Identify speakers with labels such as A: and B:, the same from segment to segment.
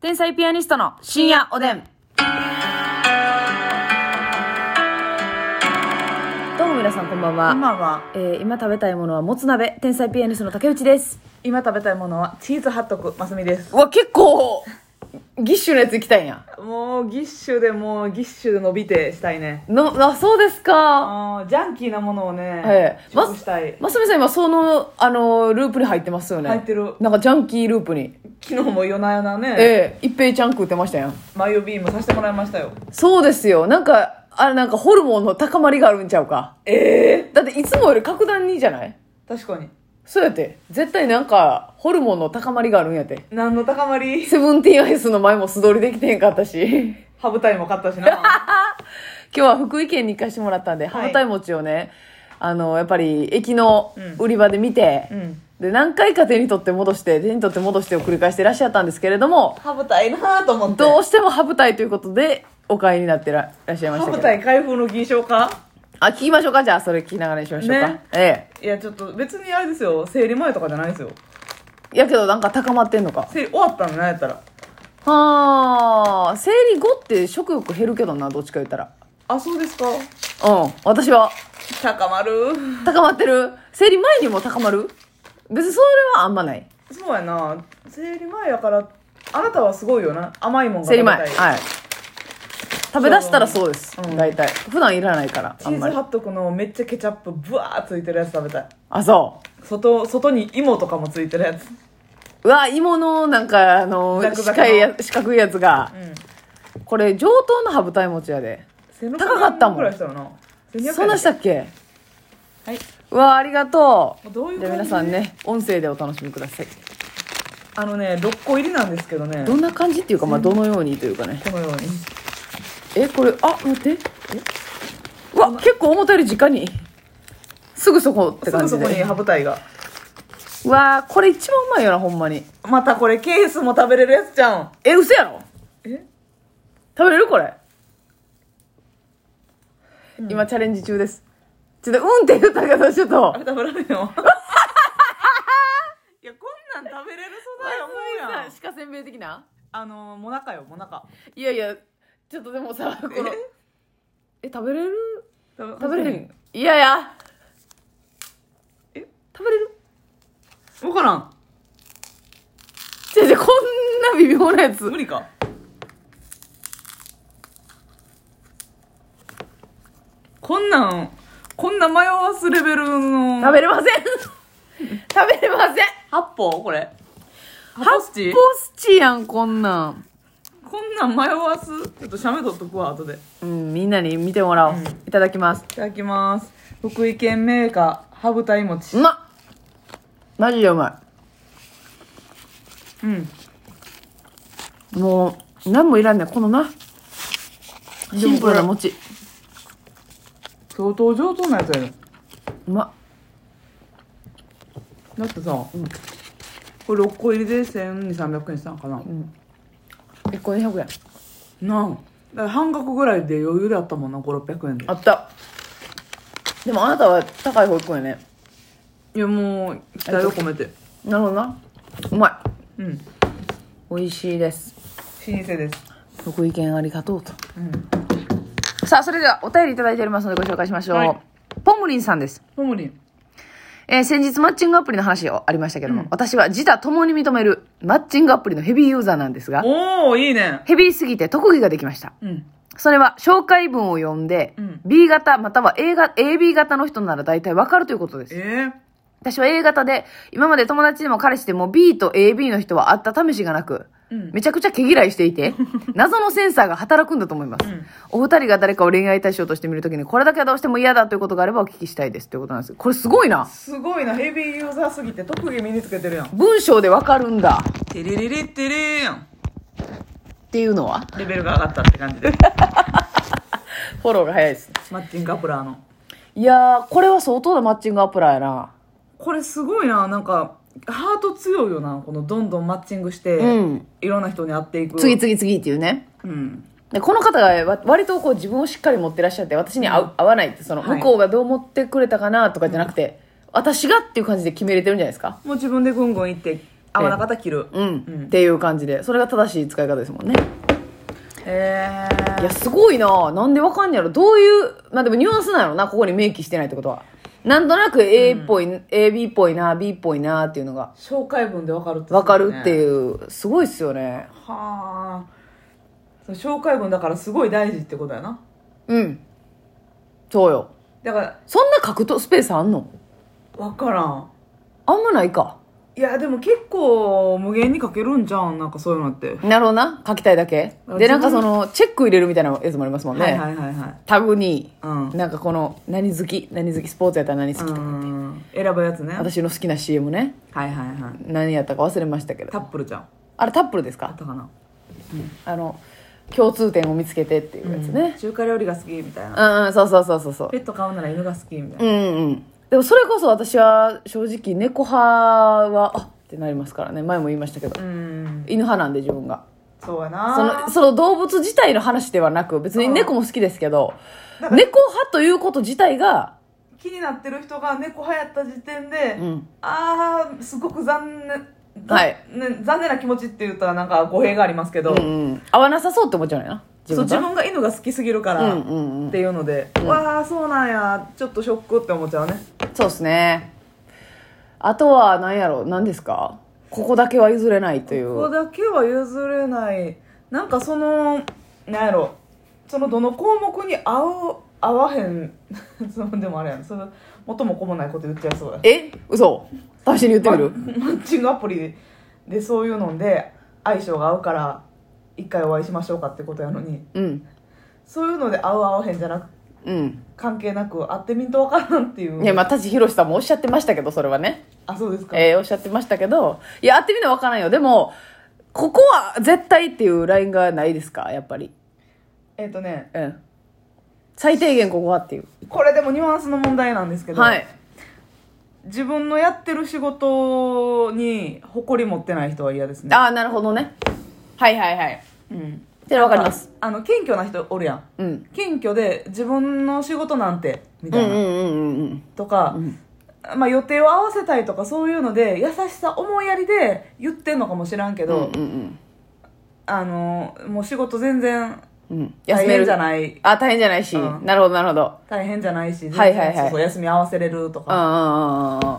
A: 天才ピアニストの深夜おでん。どうも皆さんこんばんは。
B: 今は
A: えー今食べたいものはもつ鍋。天才ピアニストの竹内です。
B: 今食べたいものはチーズハットクマスミです
A: うわ、結構、ギッシュなやつ行きたいんや。
B: もうギッシュでもうギッシュで伸びてしたいね
A: の、あ、そうですか。
B: あージャンキーなものをね、
A: はい
B: 食したい、
A: ますみさん今その、あの、ループに入ってますよね。
B: 入ってる
A: なんかジャンキーループに。
B: 昨日も夜な夜なね、
A: ええ一平ちゃん食ってましたやん。
B: マヨビームさせてもらいましたよ
A: そうですよ。なんか、あれなんかホルモンの高まりがあるんちゃうか。
B: ええ
A: だっていつもより格段にじゃない
B: 確かに
A: そうやって。絶対なんか、ホルモンの高まりがあるんやって。
B: 何の高まり
A: セブンティーンアイスの前も素通りできてへんかったし。 今
B: ハブタイも買ったしな
A: 日は福井県に行かしてもらったんで、
B: はい
A: ハムタイ餅をね、あの、やっぱり駅の
B: うん
A: 売り場で見て、
B: うん
A: で、何回か手に取って戻して、手に取って戻してを繰り返していらっしゃったんですけれども、
B: ハブタイなーと思って
A: どうしてもハブタイということで、お買いになってららっしゃいまし
B: ハ
A: たけ
B: ブ
A: ど。
B: タイ開封の銀賞か
A: あ、聞きましょうかじゃあ、それ聞きながらにしましょうか。
B: ね
A: え
B: いやちょっと別にあれですよ生理前とかじゃないですよ
A: え。やけどなんか高まってんのか。
B: 生理終わったのなんやったら
A: はあ、生理後って食欲減るけどな、どっちか言ったら。
B: あそうですか
A: うん、私は。
B: 高まる
A: 高まってる生理前にも高まる別にそれはあんまない。
B: そうやな生理前やからあなたはすごいよな甘いもんが
A: 生理前。
B: 食べたい
A: はい。食べ出したらそうです。
B: うん
A: 大体。普段いらないから、あ
B: チ
A: ん
B: ー
A: ま
B: ズ
A: り
B: ハ。ットクのめっちゃケチャップブワーついてるやつ食べたい
A: あ、そ
B: 外外に芋とかもついてるやつ
A: う。うわ、芋の、なんか、あの、
B: ザクザクの
A: 近いや、四角いやつが、
B: うん
A: これ、上等な羽二重餅やで。
B: 1600
A: 高かったもん
B: 円ぐらいしたよな1200円
A: そんなしたっけ
B: はい、
A: うわ、ありがとう。
B: どういう
A: じゃあ
B: 感
A: 皆
B: じ
A: さんね、音声でお楽しみください。
B: あのね6個入りなんですけどね
A: どんな感じっていうか、まあ、どのようにというかね。
B: このように
A: え、これ、あ、待って。えうわ、結構思ったより直に。すぐそこって
B: すぐ
A: 感
B: そ
A: じ
B: こに
A: で。
B: 歯舞台が
A: うわーこれ一番うまいよな、ほんまに。
B: またこれケースも食べれるやつじゃん
A: え、嘘やろ
B: え
A: 食べれるこれ、今チャレンジ中です。ちょっと、うんって言ったけど、ちょっと
B: あ。れ食べられ んよいやこんなん食べれる素材やもんやん
A: 鹿せんべい的な
B: あのもなかよもなか
A: いやいや、ちょっとでもさ、この
B: え、
A: え、食べれる食
B: 食
A: べれへん。いやいや。
B: え
A: 食べれる
B: 分からん
A: 違う違う、こんな微妙なやつ
B: 無。理かこんなんこんな迷わすレベルの
A: 食べれません食べれません
B: 八方これ八スチ
A: ポスチやんこんなん
B: こんなん迷わすちょっと写メ撮っとくわ後でい
A: うんみんなに見てもらおう、
B: う
A: い
B: ん
A: ただきます
B: ただきます福井県メーカー羽二重餅
A: うまっマジでうま
B: うん
A: いもう何もいらんねんこのなシンプルな餅
B: 相当上等なやつやね
A: うま
B: だってさ、
A: ん
B: これ6個入りで1200300円したんかな
A: っ、うん1個200円
B: なあだから半額ぐらいで余裕だったもんな5600円で
A: あったでもあなたは高い方行くんやね
B: いやもう期待を込めて
A: なるほどなうま
B: うん
A: い美味しいです
B: 老舗です、
A: 福井県ありがとうと
B: うん、
A: さあそれではお便りいただいておりますのでご紹介しましょう、
B: はい
A: ポムリンさんです
B: トムリン
A: えー先日マッチングアプリの話をありましたけども、
B: うん
A: 私は自他共に認めるマッチングアプリのヘビーユーザーなんですが、
B: おおいいね
A: ヘビーすぎて特技ができました。
B: うん
A: それは紹介文を読んで、
B: うん
A: B 型または A 型、AB 型の人なら大体わかるということで
B: え
A: す。
B: ー、
A: 私は A 型で、今まで友達でも彼氏でも B と AB の人は会った試しがなく、
B: うん
A: めちゃくちゃ毛嫌いしてい て、謎のセンサーが働くんだと思います。
B: うん
A: お二人が誰かを恋愛対象として見るときに、これだけはどうしても嫌だということがあればお聞きしたいですということなんです。これすごいな。
B: すごいなヘビーユーザーすぎて特技身につけてるやん
A: 文章でわかるんだ。
B: テレレレッテレーン
A: っていうのは
B: レベルが上がったって感じで
A: フォローが早いですね
B: マッチングアプラーの
A: いやーこれは相当なマッチングアプラやな
B: これすごいななんかハート強いよなこのどんどんマッチングして、
A: うん
B: いろんな人に会っていく
A: 次々次っていうね
B: うん
A: でこの方がわ割とこう自分をしっかり持ってらっしゃって私に合う、合わないってその
B: はい
A: 向こうがどう思ってくれたかなとかじゃなくて、私がっていう感じで決めれてるんじゃないですか
B: もう自分でぐんぐん行って合わなかったら切る、
A: うん、
B: うん
A: っていう感じでそれが正しい使い方ですもんね
B: え
A: い
B: ー
A: や、すごいななんでわかんねやろどういう、まあでもニュアンスなのな、ここに明記してないってことは。なんとなく A っぽい、AB っぽいな、B っぽいなっていうのが
B: 紹介文で分かるって
A: わかるって
B: う
A: いう、すごいっすよね。
B: はあその紹介文だからすごい大事ってことやな
A: うん。そうよ。
B: だから
A: そんな格闘スペースあんの
B: 分からん
A: あんまないか。
B: いやでも結構無限に書けるんじゃんなんかそういうのって、
A: なるほどな。書きたいだけ。
B: あ
A: で、なんかその、チェック入れるみたいなやつもありますもんね。
B: はいはいはいはい
A: タグに、
B: うん
A: なんかこの、何好き、何好き、スポーツやったら何好き、
B: うん選ぶやつねはい
A: 私の好きな CM ね。
B: はいはい
A: 何やったか忘れましたけ
B: タ
A: ど。
B: ップルちゃん
A: あれタップルです
B: あ
A: か
B: ったかな
A: あの共通点を見つけてっていうやつね
B: 中華料理が好きみたいな
A: うん、うん、そうそうそうそうそう
B: ペット飼うなら犬が好きみたいな
A: うんうんでもそれこそ私は正直猫派はあってなりますからね前も言いましたけど
B: うん
A: 犬派なんで自分が
B: そうや
A: そ
B: な
A: のその動物自体の話ではなく別に
B: うん
A: 猫も好きですけど猫派ということ自体が
B: 気になってる人が猫派やった時点で、
A: うん
B: ああすごく残念ざ
A: はい
B: ね、残念な気持ちって言うとはなんか語弊がありますけ
A: う
B: ど、
A: んうん合わなさそうって思っちゃうのよな
B: そう自
A: が
B: 分が犬が好きすぎる
A: う
B: から
A: んうんうん
B: っていうので、わあそうなんやちょっとショックって思っちゃうね
A: そうですねあとは何やろ何ですかここだけは譲れないという
B: ここだけは譲れないなんかそのなんやろそのどの項目に合う合わへん そのでもあれやんその元も子もないこと言っちゃいそうや
A: え嘘試しに言ってみる、
B: ママッチングアプリでそういうので相性が合うから一回お会いしましょうかってことやのに
A: うん
B: そういうので合う合わへんじゃなく
A: うん
B: 関係なく会ってみんとわからんっていう
A: いやまあ舘ひろしさんもおっしゃってましたけどそれはね、
B: あそうですか、
A: えーおっしゃってましたけどいや会ってみな分からんよでもここは絶対っていうラインがないですかやっぱり
B: えっ、とね
A: うん最低限ここはっていう
B: これでもニュアンスの問題なんですけど、
A: はい
B: 自分のやってる仕事に誇り持ってない人は嫌ですね
A: ああなるほどねはいはいはい
B: うん
A: それ分かります
B: あの謙虚な人おるやん
A: うん
B: 謙虚で自分の仕事なんてみ
A: う
B: た
A: ん
B: い
A: うんうん
B: な、
A: うんうん
B: とか、まあ、予定を合わせたいとかそういうので優しさ思いやりで言ってんのかもしらんけ
A: う
B: ど、
A: んうん
B: あのもう仕事全然
A: うんうん
B: 大変じゃ
A: い
B: ない
A: あ大変じゃないし、
B: うん
A: なるほどなるほど
B: 大変じゃないし、
A: はいはいはい
B: 全然そうそう休み合わせれると
A: うんう
B: か、
A: んうんうんうん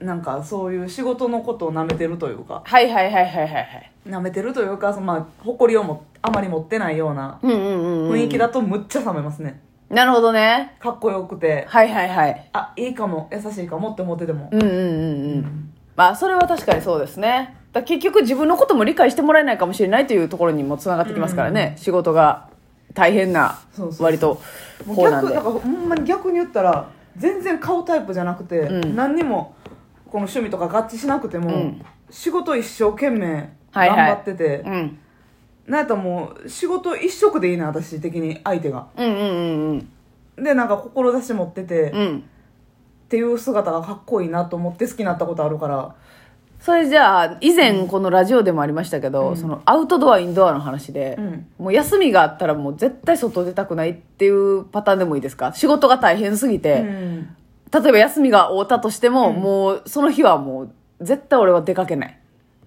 B: なんかそういう仕事のことを舐めてるというか
A: はいはいはいはいはいはい
B: 舐めてるというかその、まあ、誇りをもあまり持ってないような
A: うんうんうんうん
B: 雰囲気だとむっちゃ冷めますね、
A: なるほどね
B: かっこよくて
A: はいはいはい
B: あいいかも優しいかもって思ってても、
A: うんうんうんうんまあそれは確かにそうですねだ結局自分のことも理解してもらえないかもしれないというところにもつながってきますからね、仕事が大変な
B: そうそう
A: 割と
B: もう
A: こうなん
B: 逆
A: で
B: だからほんまに逆に言ったら全然顔タイプじゃなくて、
A: うん
B: 何にもこの趣味とか合致しなくても、
A: うん
B: 仕事一生懸命
A: はいは
B: 頑
A: い
B: 張ってて、
A: うん、
B: なんやったらもう仕事一色でいいね私的に相手が
A: うんうんうん
B: でなんか志持ってて、
A: うん
B: っ
A: うん
B: ていう姿がかっこいいなと思って好きになったことあるから
A: それじゃあ以前このラジオでもありましたけど、そのアウトドアインドアの話で、
B: うん
A: もう休みがあったらもう絶対外出たくないっていうパターンでもいいですか仕事が大変すぎて、
B: うん
A: 例えば休みが終わったとしても、もうその日はもう絶対俺は出かけない、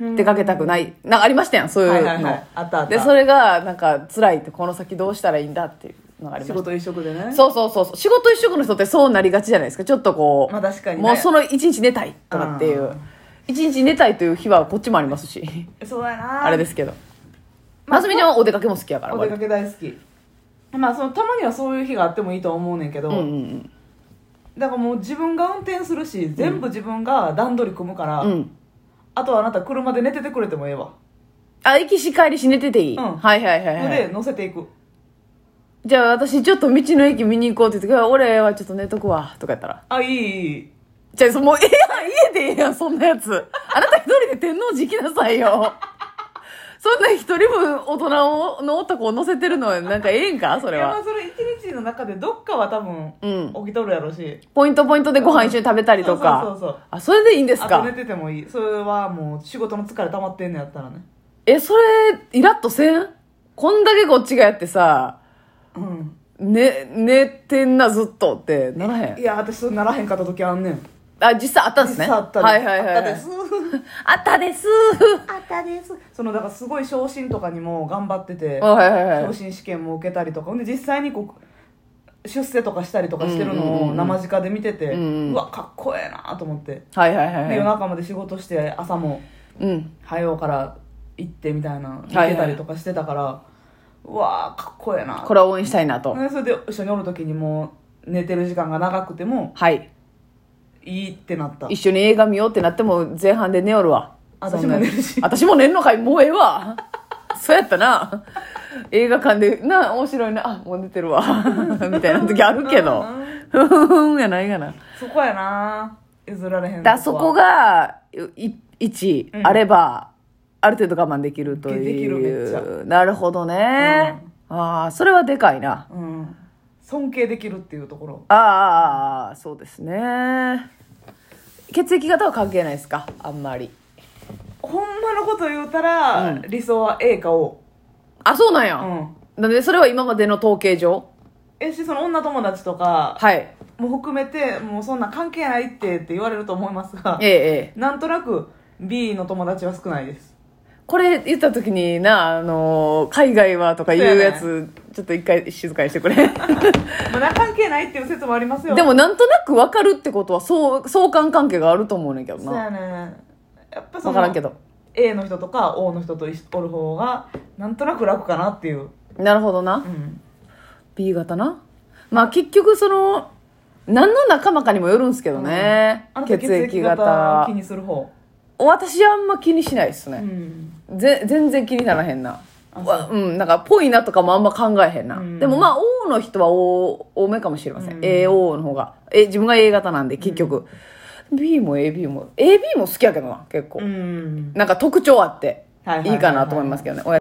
B: うん
A: 出かけたくないなんかありましたやんそういうの、
B: はいはいはいあったあった
A: でそれがなんか辛いってこの先どうしたらいいんだっていうのがあり
B: 仕
A: ました
B: 事一色でね
A: そうそうそうそう仕事一色の人ってそうなりがちじゃないですかちょっとこう、
B: まあ確かにね
A: もうその一日寝たいとかっていううん一日寝たいという日はこっちもありますし
B: そうやな
A: あれですけどますみちゃんはお出かけも好きやから
B: お出か
A: 割
B: け大好きまあそのたまにはそういう日があってもいいとは思うねんけど、
A: とうんうん
B: だからもう自分が運転するし全部自分が段取り組むから、
A: うんうん
B: あとはあなた車で寝ててくれてもええわ、
A: あ行きし帰りし寝てていい、
B: うん
A: はいはいはい、はい、
B: ので乗せていく
A: じゃあ私ちょっと道の駅見に行こうって言っていや、俺はちょっと寝とくわ、とかやったら。
B: あいいいい
A: じゃあ、そもう、ええやん、家でええやん、そんなやつ。あなた一人で天皇寺行きなさいよ。そんな一人分大人をの男を乗せてるのはなんかええんかそ
B: い
A: れ
B: やまあ
A: は。
B: それ一日の中でどっかは多分
A: うん
B: 起きとるやろうし、
A: ポイントポイントでご飯一緒に食べたりとか。
B: そうそうそうそう
A: あ、それでいいんです
B: あと寝
A: か
B: ててもいいそれはもう仕事の疲れ溜まってんのやったらね
A: え、それ、イラッとせんこんだけこっちがやってさ、
B: うん
A: ね、寝てんな、ずっとってならへ
B: い
A: ん。
B: や私そうならへんかった時あんねん
A: あ実際あったんですね
B: 実際あったです、
A: はいはいはい
B: あったです
A: あった です
B: あったですそのだからすごい昇進とかにも頑張ってて
A: はいはいはい
B: 昇進試験も受けたりとかほんで実際にこう出世とかしたりとかしてるのを生近で見てて、う
A: うんうんうん
B: わかっこええなと思って、
A: はいはいはい
B: で夜
A: は
B: 中まで仕事して朝も
A: いうん
B: 早うから行ってみたいな行け
A: はい
B: たりとかしてたから、うわかっこええな
A: これは応援したいなと
B: ねそれで一緒におる時にもう寝てる時間が長くても
A: はい
B: いいってなった
A: 一緒に映画見ようってなっても前半で寝よるわ
B: 私も寝るし
A: そんな私も寝んのかいもうええわそうやったな映画館でな面白いなあもう寝てる わみたいな時あるけど
B: うん
A: ふふふんやないがな
B: そこやな譲られへん
A: だそこ
B: が
A: が1
B: うん
A: あれば、ある程度我慢できるという
B: できるめっちゃ
A: なるほどね、ああそれはでかいな
B: うん尊敬できるっていうところ
A: ああああああそうですね血液型は関係ないですかあんまり
B: ほんまのこと言うたら、
A: うん
B: 理想は A か O
A: あそうなんや、
B: うん
A: なんでそれは今までの統計上
B: えしその女友達とか
A: はい
B: も含めてもうそんな関係ないってって言われると思いますが
A: ええええ
B: なんとなく B の友達は少ないです
A: これ言った時になあの海外はとか言うや
B: そ
A: つちょっと一回静かにしてくれ
B: まだ関係ないっていう説もありますよ
A: でもなんとなく分かるってことはそう相関関係があると思うねんけど
B: そう
A: な
B: やねやっぱそ
A: 分か
B: の
A: らんけど
B: A の人とか O の人といおる方がなんとなく楽かなっていう、
A: なるほどな
B: うん
A: B 型なまあ結局その何の仲間かにもよるんですけどね、
B: あなた
A: 血液型
B: 気にする方、
A: 私はあんま気にしないですね、
B: ん、
A: ぜ全然気にならへんな
B: あ
A: わうんなんかぽいなとかもあんま考えへんな、
B: うん
A: でもまあ O の人は O 多めかもしれません、
B: うん
A: AO の方がえ自分が A 型なんで結局、B も AB も AB も好きやけどな結構、
B: うん
A: なんか特徴あって
B: はいはいはいはい
A: いいかなと思いますけどね、